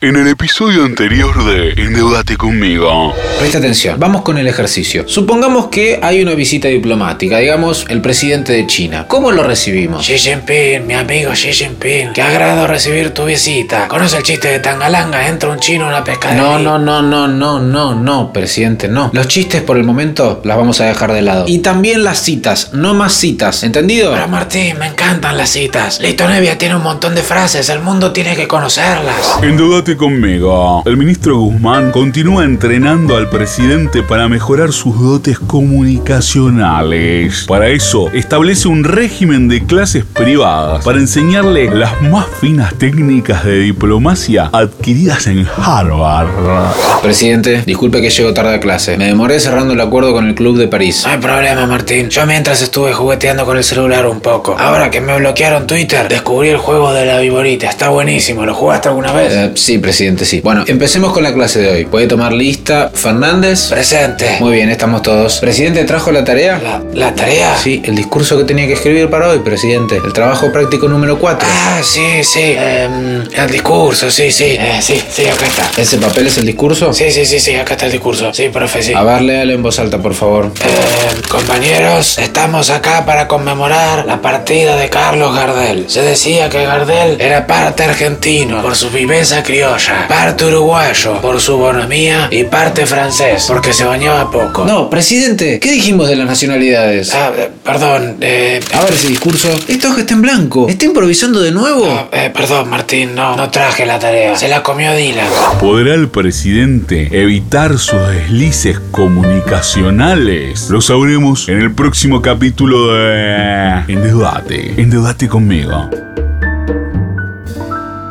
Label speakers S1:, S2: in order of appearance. S1: En el episodio anterior de Endeudate conmigo.
S2: Presta atención, vamos con el ejercicio. Supongamos que hay una visita diplomática, digamos el presidente de China. ¿Cómo lo recibimos?
S3: Xi Jinping, mi amigo Xi Jinping, qué agrado recibir tu visita. ¿Conoce el chiste de Tangalanga? Entra un chino a una pescadería.
S2: No, no, no, no, no, no, no, presidente, no. Los chistes por el momento las vamos a dejar de lado. Y también las citas, no más citas, ¿entendido?
S3: Pero Martín, me encantan las citas. Lito Nevia tiene un montón de frases, el mundo tiene que conocerlas.
S1: Endeudate conmigo. El ministro Guzmán continúa entrenando al presidente para mejorar sus dotes comunicacionales. Para eso, establece un régimen de clases privadas para enseñarle las más finas técnicas de diplomacia adquiridas en Harvard.
S2: Presidente, disculpe que llego tarde a clase. Me demoré cerrando el acuerdo con el club de París.
S3: No hay problema, Martín. Yo mientras estuve jugueteando con el celular un poco. Ahora que me bloquearon Twitter, descubrí el juego de la viborita. Está buenísimo. ¿Lo jugaste alguna vez?
S2: Eh, sí, presidente, sí. Bueno, empecemos con la clase de hoy. ¿Puede tomar lista Fernández?
S3: Presente.
S2: Muy bien, estamos todos. ¿Presidente trajo la tarea?
S3: La, la tarea.
S2: Sí, el discurso que tenía que escribir para hoy, presidente. El trabajo práctico número 4.
S3: Ah, sí, sí. Em, el discurso, sí, sí. Eh, sí, sí, acá está.
S2: ¿Ese papel es el discurso?
S3: Sí, sí, sí, sí, acá está el discurso. Sí, profe, sí.
S2: A ver, léalo en voz alta, por favor.
S3: Eh, compañeros, estamos acá para conmemorar la partida de Carlos Gardel. Se decía que Gardel era parte argentino por su viveza criolla, parte uruguayo por su bonomía y parte francés porque se bañaba poco.
S2: No, presidente, ¿qué dijimos de las nacionalidades?
S3: Ah, eh, perdón, eh,
S2: A ver ese discurso. Esta hoja está en blanco. ¿Está improvisando de nuevo?
S3: eh, perdón, Martín, no, no traje la tarea. Se la comió Dylan.
S1: ¿Podrá el presidente evitar sus deslices comunicacionales? Lo sabremos en el próximo capítulo de Endeudate. Endeudate conmigo.